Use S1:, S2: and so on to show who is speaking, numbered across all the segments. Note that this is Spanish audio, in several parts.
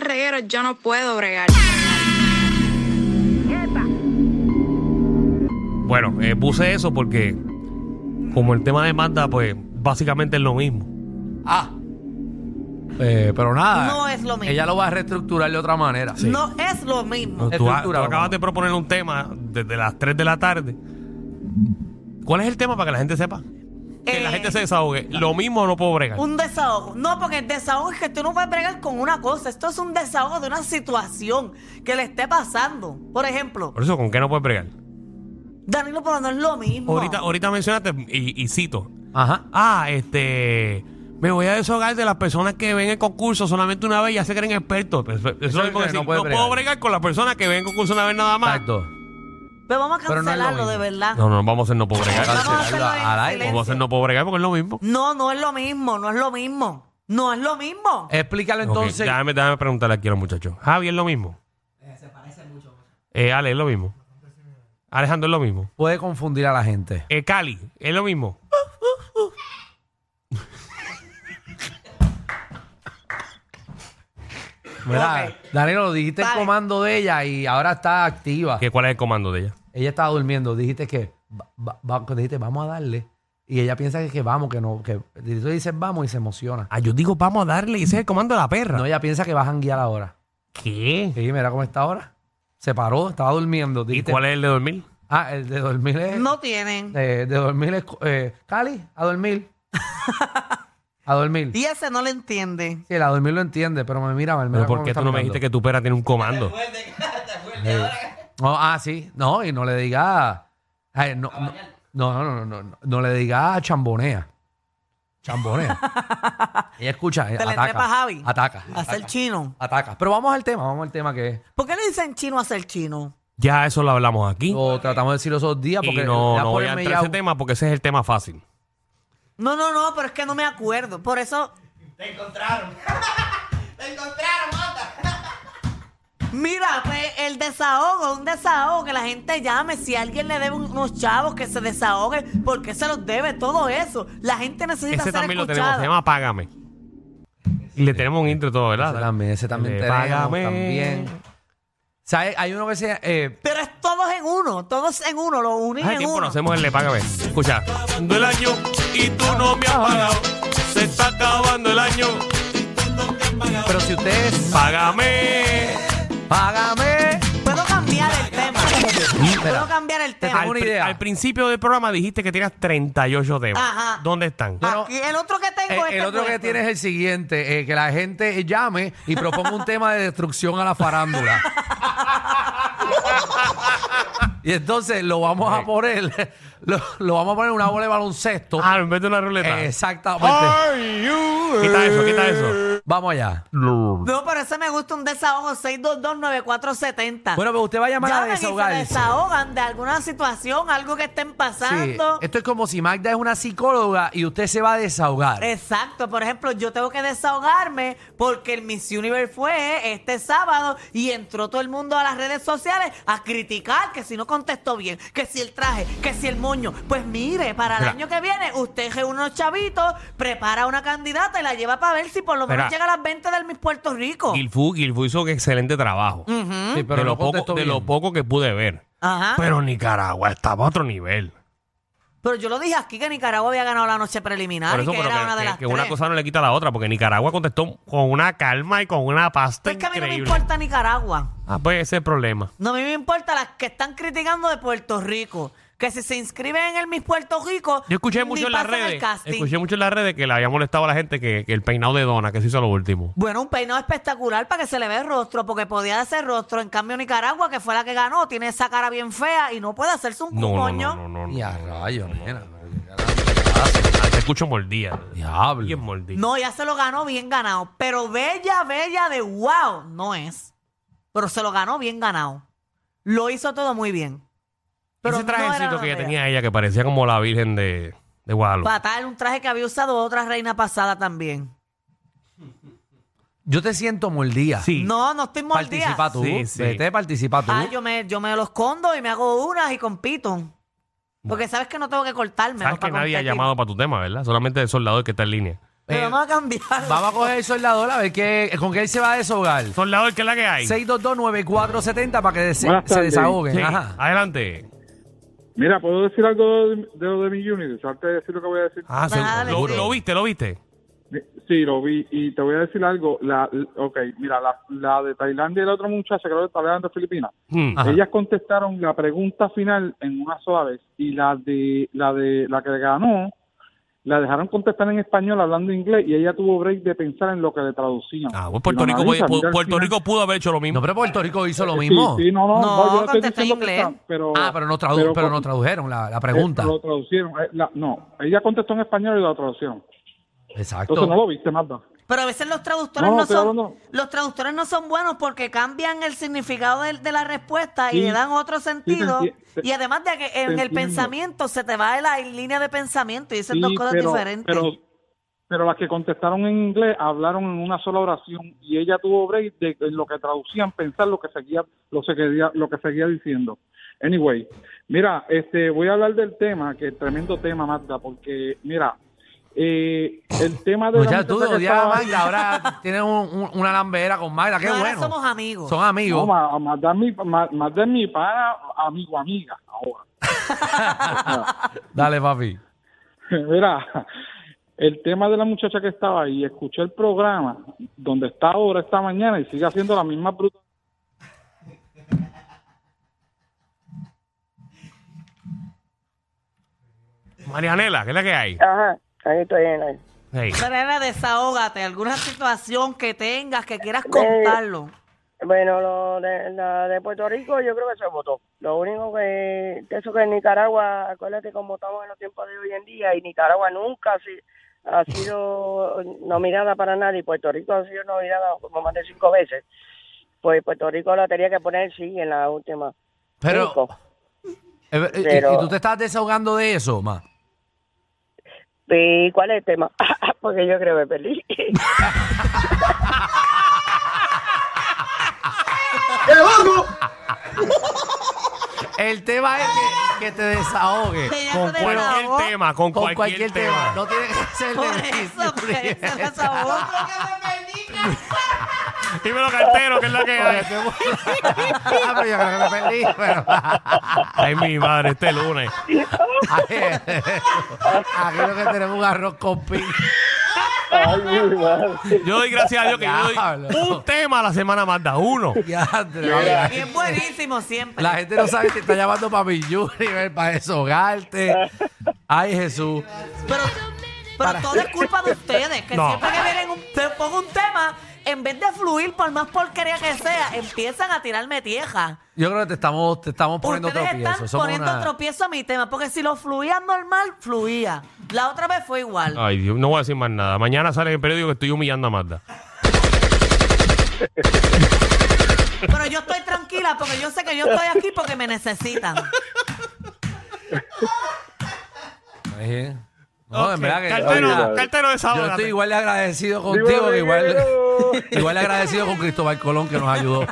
S1: regueros yo no puedo bregar.
S2: Bueno, eh, puse eso porque como el tema de Manda, pues básicamente es lo mismo.
S3: Ah. Eh, pero nada.
S4: No es lo mismo.
S3: Ella lo va a reestructurar de otra manera.
S4: No es lo mismo.
S2: Tú, a- tú
S3: Estructura,
S2: acabas
S3: vamos.
S2: de proponer un tema desde las 3 de la tarde. ¿Cuál es el tema para que la gente sepa? Que la
S4: Eh,
S2: gente se desahogue. Lo mismo no puedo bregar.
S4: Un desahogo. No, porque el desahogo es que tú no puedes bregar con una cosa. Esto es un desahogo de una situación que le esté pasando. Por ejemplo,
S2: Por eso, ¿con qué no puedes bregar?
S4: Danilo, pero no es lo mismo.
S2: Ahorita, ahorita mencionaste, y, y cito,
S3: Ajá.
S2: ah, este, me voy a deshogar de las personas que ven el concurso solamente una vez y ya se creen expertos. Pues, pues, eso es lo mismo que
S3: no
S2: decir,
S3: puede
S2: no puedo
S3: bregar.
S2: bregar con las personas que ven el concurso una vez nada más.
S3: Exacto.
S4: Pero vamos a
S3: Pero no es lo
S4: cancelarlo, de
S3: mismo.
S4: verdad.
S2: No, no, vamos a hacer no puedo bregar.
S4: Vamos a
S3: cancelarlo
S4: hacerlo en
S3: al aire.
S4: silencio.
S2: Vamos Pues a hacer no puedo bregar porque es lo mismo.
S4: No, no es lo mismo, no es lo mismo. No es lo mismo.
S3: Explícalo entonces.
S2: Ok, déjame, déjame preguntarle aquí a los muchachos. Javi es lo mismo. se parece mucho. Ale es lo mismo. Alejandro es lo mismo.
S3: Puede confundir a la gente.
S2: Eh, Cali es lo mismo.
S3: Mira, Danilo, lo dijiste
S4: Vale.
S3: el comando de ella y ahora está activa.
S2: ¿Qué, ¿Cuál es el comando de ella?
S3: Ella estaba durmiendo. Dijiste que va- va- va- dijiste, vamos a darle. Y ella piensa que, que vamos, que no. Que, y tú dices vamos y se emociona.
S2: Ah, yo digo, vamos a darle. Ese es el comando de la perra.
S3: No, ella piensa que vas a janguear ahora.
S2: ¿Qué?
S3: Y mira cómo está ahora. Se paró, estaba durmiendo.
S2: ¿Y
S3: Dijiste,
S2: cuál es el de dormir?
S3: Ah, el de dormir es.
S4: No tienen.
S3: eh, de dormir es. eh, Cali, a dormir. a dormir.
S4: Y ese no le entiende.
S3: Sí, la dormir lo entiende, pero me mira, me mira
S2: Pero ¿por
S3: cómo
S2: qué
S3: está
S2: tú no me
S3: mirando.
S2: dijiste que tu perra tiene un comando?
S3: No, ah, sí. No, y no le diga. ay, no, no, no, no, no, no, no, no le diga chambonea. Chambonea. Ella escucha. eh,
S4: Te le
S3: ataca,
S4: trepa, Javi.
S3: Ataca.
S4: Hacer chino.
S3: Ataca. Pero vamos al tema, vamos al tema que
S4: ¿Por qué le dicen chino a ser chino?
S2: Ya eso lo hablamos aquí.
S3: lo tratamos de decir los otros días
S2: y
S3: porque
S2: no,
S3: ya
S2: no
S3: por
S2: voy a
S3: el
S2: entrar a ese
S3: mellao-
S2: tema porque ese es el tema fácil.
S4: No, no, no, pero es que no me acuerdo. Por eso, mira, pues, el desahogo, un desahogo, que la gente llame. Si alguien le debe un- unos chavos que se desahogue, porque se los debe? Todo eso. La gente necesita
S2: Ese
S4: ser
S2: también lo tenemos,
S4: escuchada.
S2: se llama Págame. Y le tenemos un intro y todo, ¿verdad?
S3: Ese también, ese también
S2: Le
S3: tenemos,
S2: Eh, Págame.
S3: también. ¿Sabes? Hay uno que se. eh,
S4: pero es todos en uno, todos en uno, lo unen
S2: Hace
S4: en
S2: tiempo no
S4: uno.
S2: hacemos el Le Págame. Escucha. el año y tú no me has pagado. Se está acabando el año.
S3: pero si ustedes.
S2: Págame.
S3: Págame.
S4: Puedo cambiar el tema. Puedo cambiar el tema.
S3: Tengo
S2: Al,
S3: una
S2: pri-
S3: idea.
S2: al principio del programa dijiste que tienes 38 temas.
S4: Ajá.
S2: ¿Dónde están?
S3: Ah,
S4: Aquí, el otro que
S3: Eh,
S4: tengo este es.
S3: el otro que tiene es el siguiente, eh, que la gente llame y proponga un tema de destrucción a la farándula. y entonces lo vamos a poner, lo, lo vamos a poner en una bola de baloncesto.
S2: Ah, en vez de una ruleta.
S3: Eh, exactamente.
S2: Quita eso, quita eso.
S3: Vamos allá.
S4: Ah. No, pero ese me gusta un desahogo 6229470.
S3: Bueno, pero usted va a llamar a
S4: Llamen y se
S3: desahogarse.
S4: desahogan de alguna situación, algo que estén
S3: Sí,
S4: pasando.
S3: Esto es como si Magda es una psicóloga y usted se va a desahogar.
S4: Exacto, por ejemplo, yo tengo que desahogarme porque el Miss Universe fue este sábado y entró todo el mundo a las redes sociales a criticar que si no contestó bien, que si el traje, que si el moño. Pues mire, para el
S2: Mira.
S4: año que viene, usted es unos chavitos, prepara una candidata y la lleva para ver si por lo menos
S2: Mira.
S4: llega a las 20 del Miss Puerto Rico.
S2: Gilfu, Gilfu hizo un excelente trabajo.
S4: Mm.
S3: Sí, pero
S2: de,
S3: no
S2: lo poco,
S3: contestó
S2: de
S3: bien.
S2: lo poco que pude ver.
S4: Ajá. Pero,
S2: Pero Nicaragua estaba a otro nivel.
S4: yo lo dije aquí que Nicaragua había ganado la noche preliminar
S2: Por eso,
S4: Ah, y que
S2: pero
S4: era una de
S2: que,
S4: las
S2: que una
S4: tres.
S2: cosa no le quita a la otra, porque Nicaragua contestó con una calma y con una pasta
S4: Pues es que a mí no me
S2: increíble.
S4: importa Nicaragua.
S2: Ah, pues ese es el problema.
S4: No, a mí me importa las que están criticando de Puerto Rico. Que si se inscriben en el Miss Puerto Rico.
S2: Yo escuché
S4: ni
S2: mucho en las
S4: pasan el
S2: redes.
S4: casting.
S2: Escuché mucho en las redes que le había molestado a la gente que, que el peinado de Dona, que se hizo lo último.
S4: Bueno, un peinado espectacular para que se le vea el rostro, porque podía hacer rostro. En cambio, Nicaragua, que fue la que ganó, tiene esa cara bien fea y no puede hacerse un
S2: No, no,
S4: cumoño.
S2: no, no, no, no.
S3: Y a rayos, nena.
S2: Ah, Te escucho mordida.
S3: Diablo.
S2: Bien mordida.
S4: No, ya se lo ganó bien ganado. Pero bella, bella de wow, no es. Pero se lo ganó bien ganado. Lo hizo todo muy bien. Pero
S2: Ese
S4: no era
S2: trajecito
S4: la
S2: que ella
S4: bella.
S2: tenía ella, que parecía como la Virgen de, de Guadalupe.
S4: Fatal, un traje que había usado otra reina pasada también.
S3: Yo te siento mordida.
S2: Sí.
S4: No, no estoy mordida.
S3: Participa tú.
S2: Sí, sí.
S3: Vete, participa tú.
S4: Ah, yo me, yo me los condo y me hago unas y compito. Porque sabes que no tengo que cortarme.
S2: Sabes que nadie ha llamado para tu tema, ¿verdad? Solamente el soldado que está en línea.
S4: Pero
S3: Eh,
S4: vamos a cambiar.
S3: Vamos a coger el soldador a ver qué, con qué él se va a deshogar.
S2: Soldador, ¿qué es la que hay?
S3: 6229470 para que se,
S5: Buenas
S3: se
S5: tardes.
S3: desahoguen.
S2: Sí,
S3: Ajá.
S2: Adelante.
S5: Mira, ¿puedo decir algo de, de lo de mi Unity? Antes de decir lo que voy a decir.
S2: Ah, se-
S4: Dale,
S2: lo,
S4: sí.
S2: lo viste, lo viste.
S5: Sí, lo vi. Y te voy a decir algo. La, ok, mira, la, la de Tailandia y la otra muchacha, creo que está hablando de Filipinas.
S2: Hmm.
S3: Ajá.
S5: Ellas contestaron la pregunta final en una sola vez. Y la de la de la que ganó, la dejaron contestar en español hablando inglés. Y ella tuvo break de pensar en lo que le traducían.
S2: Ah, bueno,
S3: pues
S5: Y
S2: Puerto,
S5: lo
S2: Rico,
S5: analiza,
S2: pu-
S5: mira al
S2: Puerto
S5: final.
S2: Rico pudo haber hecho lo mismo.
S3: No, pero Puerto Rico hizo lo
S5: Sí,
S3: mismo.
S5: Sí, no,
S4: No,
S5: no, yo no estoy
S4: contestó en
S5: diciendo que
S4: inglés.
S5: está, pero,
S3: Ah, pero no, tradu- pero no tradujeron la, la pregunta.
S5: Eh, Lo traducieron. Eh, la- no, ella contestó en español y lo traducieron. Entonces no
S3: Exacto.
S5: lo viste, Magda.
S4: Pero a veces los traductores no,
S5: No, estoy
S4: son
S5: hablando-
S4: los traductores no son buenos porque cambian el significado del- de, la respuesta y
S5: Sí,
S4: le dan otro sentido.
S5: enti- te-
S4: y además de que en el
S5: entiendo.
S4: pensamiento se te va la línea de pensamiento y dicen
S5: Sí,
S4: dos cosas
S5: pero,
S4: diferentes.
S5: Pero, pero las que contestaron en inglés hablaron en una sola oración y ella tuvo break de en lo que traducían, pensar lo que seguía, lo que seguía, lo que seguía diciendo. Anyway, mira, este, voy a hablar del tema, que es tremendo tema, Magda, porque mira, eh, el tema de la
S3: Muchachos, tú
S5: muchacha que
S3: odiabas a
S5: estaba-
S3: Magda, ahora tienes un- un- una lambera con Magda, Ah, qué
S4: No, ahora
S3: bueno.
S4: somos amigos.
S3: Son amigos.
S5: No, ma- más de mi, más, más de mi pana, amigo, amiga, ahora.
S3: Dale, papi. Eh,
S5: Mira, el tema de la muchacha que estaba ahí, escuché el programa donde está ahora esta mañana y sigue haciendo la misma bruta.
S2: Marianela, ¿qué es la que hay?
S6: Ajá, ahí estoy en la...
S2: Hey.
S4: Pero era desahógate, alguna situación que tengas que
S5: Eh,
S4: quieras contarlo.
S6: Bueno, lo de, la de Puerto Rico yo creo que se votó. Lo único que, de eso que en Nicaragua, acuérdate cómo estamos en los tiempos de hoy en día, y Nicaragua nunca ha, si- ha sido nominada para nada, y Puerto Rico ha sido nominada como más de cinco veces. Pues Puerto Rico la tenía que poner, sí, en la última.
S3: Pero,
S6: Cinco.
S3: eh, eh,
S6: pero-
S3: ¿y tú te estás desahogando de eso, ma?
S6: ¿Y cuál es el tema? Porque yo creo que perdí.
S3: El tema es que, que te desahogue.
S4: Que ya
S3: Con,
S4: te
S3: cual-
S4: desahogue.
S2: Cualquier
S4: favor.
S2: tema, con,
S3: con cualquier, tema. No tiene que ser
S4: Por
S3: de
S4: eso, que se desahogó.
S2: Dímelo, cartero, ¿qué es la que hay?
S3: Ah, pero yo creo que me perdí. pero-
S2: Ay, mi madre, este lunes.
S3: Aquí lo que tenemos un arroz con pin.
S5: Ay, mi madre.
S2: Yo doy gracias a Dios que yo
S3: Diablo.
S2: doy un tema a la semana manda uno.
S3: Diantre,
S4: Y
S3: vale.
S4: es buenísimo
S3: eh,
S4: siempre.
S3: La gente no sabe si está llamando para mi Universe, para deshogarte. Ay, Jesús.
S4: Pero, pero todo es culpa de ustedes, que
S2: No.
S4: siempre que vienen un, te pongo un tema, en vez de fluir por más porquería que sea, empiezan a tirarme tieja.
S3: Yo creo que te estamos, te estamos poniendo
S4: Ustedes
S3: tropiezo.
S4: están
S3: Somos
S4: poniendo
S3: una-
S4: tropiezo a mi tema, porque si lo fluía normal, fluía. La otra vez fue igual.
S3: Ah.
S2: Ay, Dios, no voy a decir más nada. Mañana sale en el periódico que estoy humillando a Magda.
S4: Pero yo estoy tranquila porque yo sé que yo estoy aquí porque me necesitan.
S3: Ay, ¿Eh? No, en
S2: Ok,
S3: verdad que.
S2: Cartero,
S3: Oiga,
S2: cartero de
S3: yo estoy igual de agradecido contigo
S5: Digo,
S3: que igual,
S5: digo.
S3: igual de agradecido con Cristóbal Colón que nos ayudó.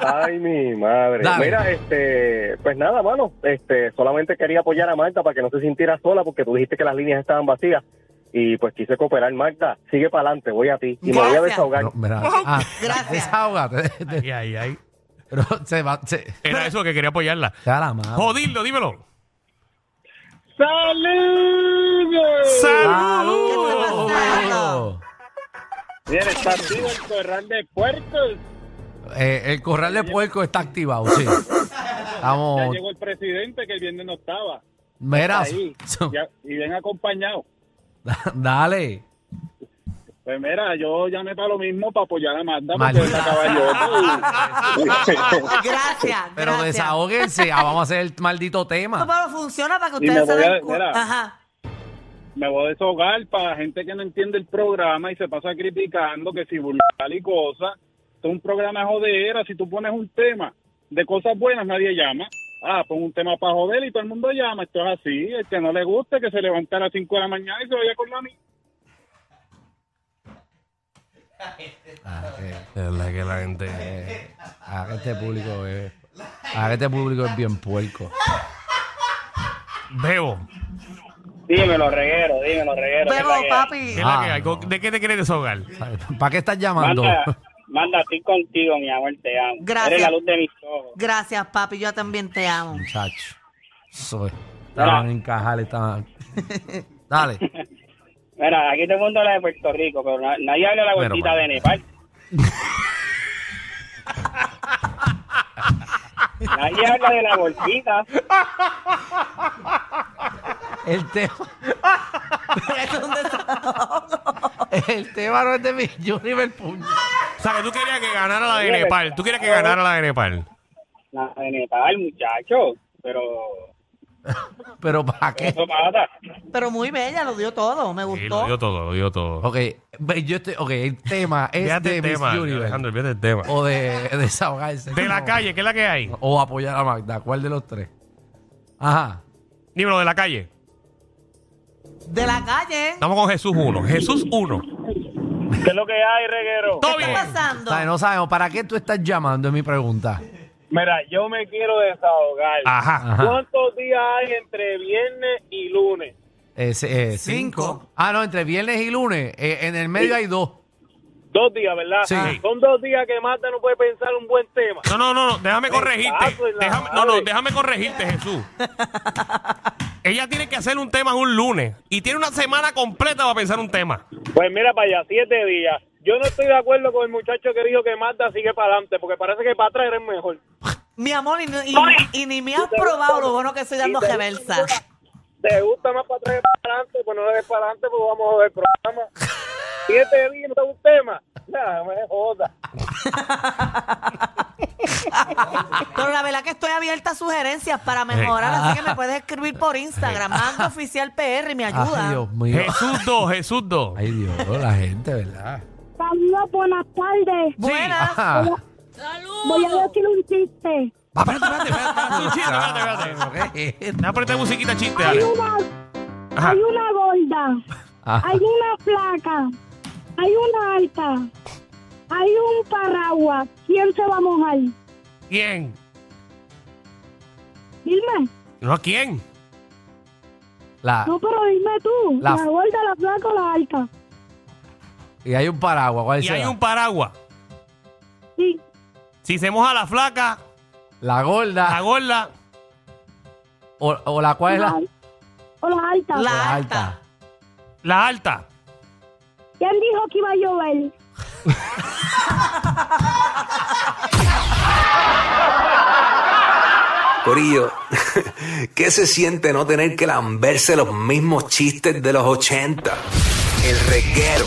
S7: Ay, mi madre.
S3: Dale.
S7: Mira, este, pues nada, mano. Este, solamente quería apoyar a Marta para que no se sintiera sola, porque tú dijiste que las líneas estaban vacías. Y pues quise cooperar, Marta. Sigue para adelante, voy a ti. Y me voy
S4: Gracias.
S7: a desahogar.
S3: No, mira, ah,
S4: Gracias.
S3: Desahógate.
S2: Ay, ay, ay.
S3: Pero se va. Se,
S2: Era eso que quería apoyarla.
S3: se da la mano.
S2: Jodildo, dímelo.
S5: ¡Saludos!
S3: ¡Salud!
S4: pasando?
S7: Bien, está activo el corral de puercos.
S3: Eh, el corral de puerco está activado, sí. Estamos.
S7: el presidente que el viernes no estaba.
S3: Mira.
S7: y bien acompañado.
S3: Dale.
S7: Pues mira, yo llamé para lo mismo, para apoyar a Marta,
S3: porque Maldita. es
S4: Gracias.
S3: Pero
S4: gracias.
S3: desahóguense. Ah, vamos a hacer el maldito tema.
S4: Pero funciona para que
S7: Y me
S4: ustedes se
S7: voy a-
S4: den cuenta.
S7: mira.
S4: Ajá.
S7: me voy a deshogar para gente que no entiende el programa y se pasa criticando que si vulgar y cosas. Esto es un programa de jodera. Si tú pones un tema de cosas buenas, nadie llama. Ah, pon un tema para joder y todo el mundo llama. Esto es así. El que no le guste, que se levante a las 5 de la mañana y se vaya con la mía.
S3: Ah, que,
S2: Es verdad que la gente.
S3: ah, que este público es. ah, que este público es bien puerco.
S2: Bebo.
S5: Dímelo, reguero, dímelo, reguero.
S4: Pero,
S5: ¿qué es la que hay?
S4: papi,
S2: ¿Qué es la que
S3: Ah,
S2: hay?
S3: no.
S2: ¿De qué te quieres desahogar?
S3: ¿Para qué estás llamando?
S5: Manda, manda, estoy contigo, mi amor, te amo.
S4: Gracias.
S5: Eres la luz de mis ojos.
S4: gracias, papi. Yo también te amo.
S3: Muchacho. Soy. Estaban en Cajal, estaban. Dale.
S5: Mira, aquí todo el mundo habla de Puerto Rico, pero na- nadie habla de la
S3: Bueno,
S5: gordita
S3: bueno.
S5: de Nepal. nadie habla de la gordita.
S3: El tema. el tema no es de mi Junior Puño.
S2: O sea, que tú querías que ganara la de Nepal. Tú querías que ganara la de Nepal.
S5: La de Nepal, muchacho. Pero
S3: Pero ¿para qué?
S5: eso pasa.
S4: Pero muy bella, lo dio todo. Me
S2: Sí, lo
S4: gustó.
S2: dio todo, lo dio todo.
S3: Ok, ve, yo estoy, ok, el tema es
S2: Fíjate
S3: de
S2: el
S3: Miss
S2: tema,
S3: Universe
S2: Alejandro, fíjate el tema.
S3: o de desahogarse.
S2: De la
S3: ¿no?
S2: calle, ¿qué es la que hay?
S3: O apoyar a Magda, ¿cuál de los tres? Ajá.
S2: Dímelo, de la calle.
S4: De la calle. ¿eh?
S2: Estamos con Jesús 1. Jesús 1.
S5: ¿Qué es lo que hay, reguero?
S4: ¿Qué
S2: Todo
S4: está
S2: bien.
S4: pasando?
S3: O sea, no sabemos, ¿para qué tú estás llamando? Es mi pregunta.
S5: Mira, yo me quiero desahogar.
S2: Ajá.
S3: Ajá.
S5: ¿Cuántos días hay entre viernes y lunes?
S3: Ese, eh,
S4: Cinco.
S3: Ah, no, entre viernes y lunes. eh, en el medio hay dos.
S5: Dos días, ¿verdad?
S3: Sí.
S5: Son dos días que Marta no puede pensar un buen tema.
S2: No, no, no, no, déjame corregirte.
S5: cago en la
S2: Déjame- no, no,
S5: madre.
S2: déjame corregirte, Jesús. Ella tiene que hacer un tema un lunes y tiene una semana completa para pensar un tema.
S5: Pues mira para allá, siete días. Yo no estoy de acuerdo con el muchacho que dijo que Marta sigue para adelante, porque parece que para atrás eres mejor.
S4: Mi amor, y, no- y- y ni me has probado lo bueno que estoy dando reversa.
S5: ¿Te gusta más para atrás que para adelante? Pues no le des para adelante, pues vamos a ver el programa. Siete días, no es un tema. Nah, me joda.
S4: Pero la verdad que estoy abierta a sugerencias para mejorar, así que me puedes escribir por Instagram, mando oficial PR y me
S3: Ay,
S4: ayuda.
S3: Dios mío.
S2: Jesús 2, Jesús 2.
S3: Ay, Dios, la gente, ¿verdad? Ah.
S7: Saludos, buenas tardes.
S4: Buenas.
S3: Ajá.
S7: Voy a decir un chiste.
S2: Ah, espérate, espérate, espérate, espérate, un chiste, espérate, espérate.
S3: Pero ¿qué es esto?
S2: Déjame poner esta musiquita chiste,
S7: Hay
S2: dale.
S7: una,
S2: Ajá.
S7: hay una gorda,
S3: Ajá.
S7: hay una flaca, hay una alta, hay un paraguas. ¿Quién se va a mojar?
S2: ¿Quién?
S7: Dime.
S2: No, ¿quién?
S3: La-
S7: No, pero dime tú.
S3: La-
S7: La, gorda, la flaca o la alta.
S3: y hay un paraguas, ¿cuál
S2: Y
S3: será?
S2: hay un paraguas.
S7: Sí.
S2: Si se moja la flaca,
S3: La gorda
S2: la gorda,
S3: o, o la cual es la,
S7: O la alta.
S4: La-
S3: la
S4: alta.
S3: alta.
S2: la alta.
S7: ¿Quién dijo que iba a llover?
S8: Corillo, ¿qué se siente no tener que lamberse los mismos chistes de los 80? El reguero